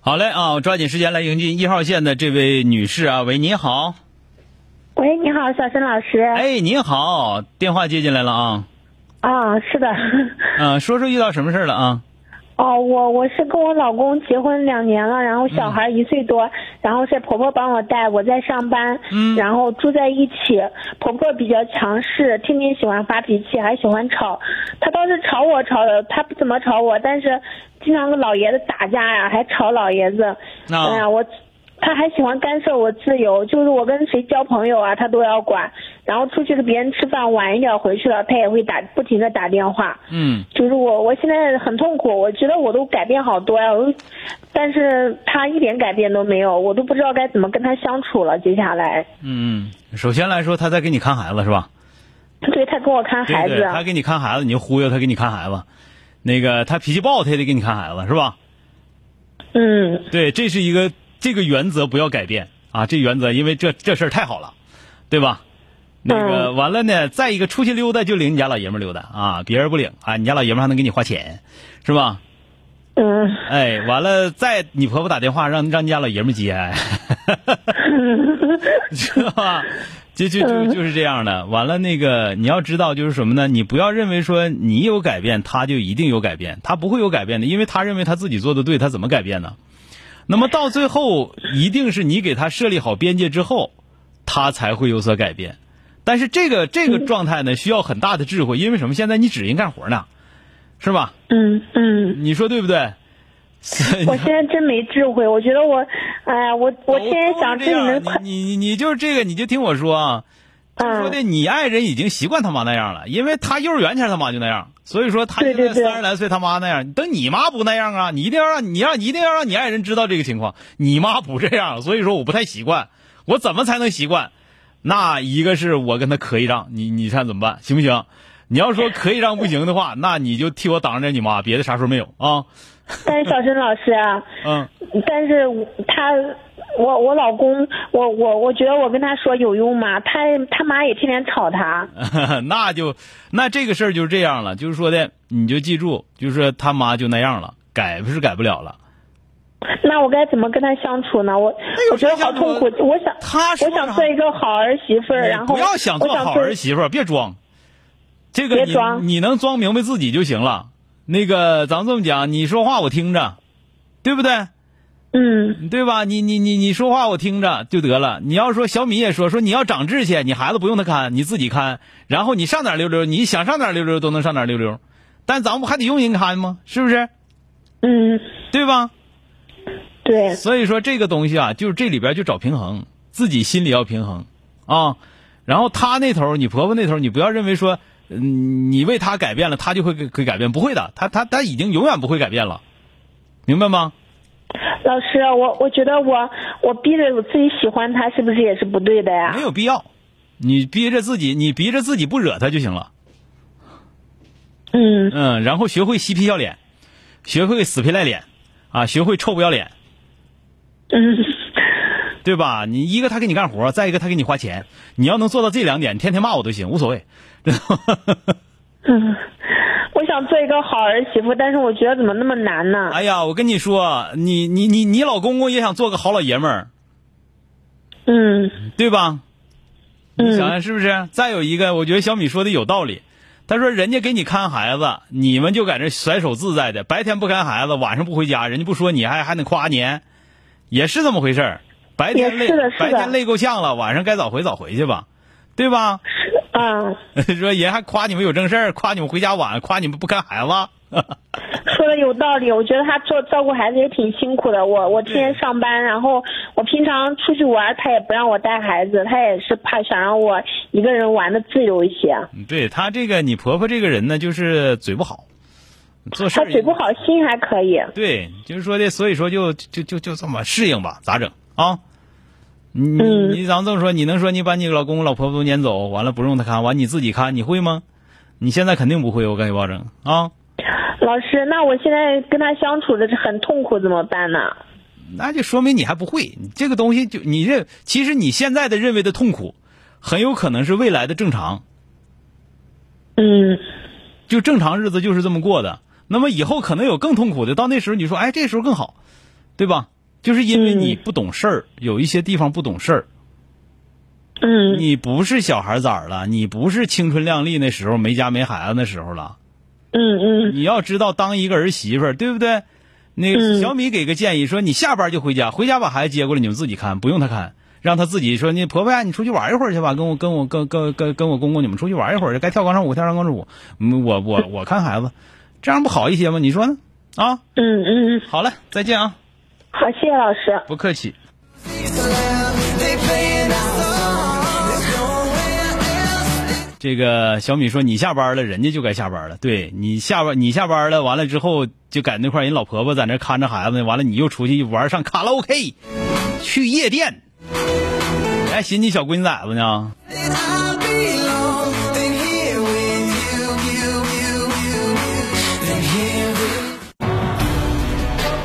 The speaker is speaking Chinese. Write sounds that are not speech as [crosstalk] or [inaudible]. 好嘞啊，我抓紧时间来迎进一号线的这位女士啊，喂，你好，喂，你好，小申老师。哎，你好，电话接进来了啊，啊，是的。 [laughs] 嗯、说说遇到什么事儿了啊？哦，我我是跟我老公结婚两年了，然后小孩一岁多，然后是婆婆帮我带，我在上班，嗯然后住在一起。婆婆比较强势，天天喜欢发脾气，还喜欢吵。她倒是吵我吵的，她不怎么吵我，但是经常跟老爷子打架呀、还吵老爷子。那、哎呀，我，他还喜欢干涉我自由，就是我跟谁交朋友啊，他都要管。然后出去跟别人吃饭，晚一点回去了，他也会打，不停的打电话。嗯就是我，我现在很痛苦，我觉得我都改变好多呀、我都但是他一点改变都没有，我都不知道该怎么跟他相处了。接下来，嗯嗯，首先来说，他在给你看孩子是吧？对他给我看孩子，啊对对，他给你看孩子，你就忽悠他给你看孩子，那个他脾气暴，他也得给你看孩子是吧？嗯，对，这是一个这个原则不要改变啊，这原则因为这这事儿太好了，对吧？那个嗯完了呢，再一个出去溜达就领你家老爷们儿溜达啊，别人不领啊，你家老爷们儿还能给你花钱，是吧？嗯， [laughs] 哎，完了再你婆婆打电话让让你家老爷们儿接，哎是吧？就就就就是这样的。完了那个你要知道就是什么呢？你不要认为说你有改变，他就一定有改变，他不会有改变的，因为他认为他自己做的对，他怎么改变呢？那么到最后，一定是你给他设立好边界之后，他才会有所改变。但是这个这个状态呢，需要很大的智慧，因为什么？现在你只因干活呢，是吧？嗯， [laughs] 嗯。你说对不对？ [laughs] 我现在真没智慧，我觉得我，哎呀，我我现在想都是着这你样能 [laughs] 快，你你你就是这个，你就听我说啊，就是说嗯的你爱人已经习惯他妈那样了，因为他幼儿园前他妈就那样，所以说他现对在对对三十来岁他妈那样，等你妈不那样啊，你一定要让你让一定要让你爱人知道这个情况，你妈不这样，所以说我不太习惯，我怎么才能习惯？那一个是我跟他磕一仗，你你看怎么办，行不行？你要说磕一仗不行的话，那你就替我挡着你妈，别的啥时候没有啊？但是小申老师啊，嗯，但是我他，我我老公，我我我觉得我跟他说有用吗？他他妈也天天吵他。 [laughs] 那就那这个事儿就是这样了，就是说的，你就记住，就是说他妈就那样了，改不是改不了了。那我该怎么跟他相处呢？我那有我啥觉得好痛苦相处。我想，他说我想啥做一个好儿媳妇儿，然你后不要想做我想好儿媳妇儿，别装。这个别你装你能装明白自己就行了。那个，咱们这么讲，你说话我听着，对不对？嗯对吧？你你你你说话我听着就得了。你要说小米也说说你要长志气，你孩子不用他看，你自己看，然后你上哪儿溜溜，你想上哪儿溜溜都能上哪儿溜溜，但咱们不还得用人看吗？是不是？嗯，对吧？对，所以说这个东西啊，就是这里边就找平衡，自己心里要平衡啊。然后他那头儿，你婆婆那头儿，你不要认为说，嗯，你为他改变了，他就会会改变，不会的，他他他已经永远不会改变了，明白吗？老师，啊我我觉得我我逼着我自己喜欢他，是不是也是不对的呀没？有必要，你逼着自己，你逼着自己不惹他就行了，嗯嗯，然后学会嬉皮笑脸，学会死皮赖脸，啊，学会臭不要脸，嗯，对吧？你一个他给你干活，再一个他给你花钱，你要能做到这两点，天天骂我都行，无所谓， [laughs] 真的。嗯我想做一个好儿媳妇，但是我觉得怎么那么难 [laughs] 呢？哎呀，我跟你说，你你你你老公公也想做个好老爷们儿，嗯对吧？嗯你想想是不是？再有一个，我觉得小米说的有道理。他说：“人家给你看孩子，你们就在这甩手自在的，白天不看孩子，晚上不回家，人家不说你还还得夸你，也是这么回事儿。白天累也是的，是的白天累够呛了，晚上该早回早回去吧，对吧？ [laughs] 啊，说人还夸你们有正事儿，夸你们回家晚，夸你们不看孩子。”说的有道理，我觉得他做照顾孩子也挺辛苦的。我我天天上班，然后我平常出去玩，他也不让我带孩子，他也是怕想让我一嗯个人玩的自由一些。对她这个，你婆婆这个人呢，就是嘴不好，做事他儿嘴不好心还可以，对，就是说的，所以说就就就就这么适应吧，咋整啊？你你嗯你咱们这么说，你能说你把你老公老婆都撵走，完了不用他看，完你自己看，你会吗？你现在肯定不会，我敢给你保证啊。老师，那我现在跟他相处的是很痛苦，怎么办呢？那就说明你还不会，你这个东西就你这，其实你现在的认为的痛苦，很有可能是未来的正常。嗯，就正常日子就是这么过的。那么以后可能有更痛苦的，到那时候你说，哎，这时候更好，对吧？就是因为你不懂事儿，有一些地方不懂事儿，嗯，你不是小孩崽儿了，你不是青春靓丽那时候没家没孩子那时候了。嗯嗯你要知道，当一个儿媳妇儿，对不对？那个嗯小米给个建议说，你下班就回家，回家把孩子接过来，你们自己看，不用他看，让他自己说，你婆婆呀，你出去玩一会儿去吧，跟我跟我跟跟跟跟我公公你们出去玩一会儿，该跳广场舞跳广场舞，嗯我我我看孩子，这样不好一些吗？你说呢？啊，嗯嗯，好嘞，再见啊，好，谢谢老师。不客气。 They playing a song. There's nowhere else. 这个小米说：“你下班了，人家就该下班了。对你下班，你下班了，完了之后就在那块儿人老婆婆在那看着孩子呢，完了你又出去玩上卡拉 OK，去夜店，你还寻你小闺女崽子呢？ Then I'll be alone. Then here with you, you, you, you, you. Then here with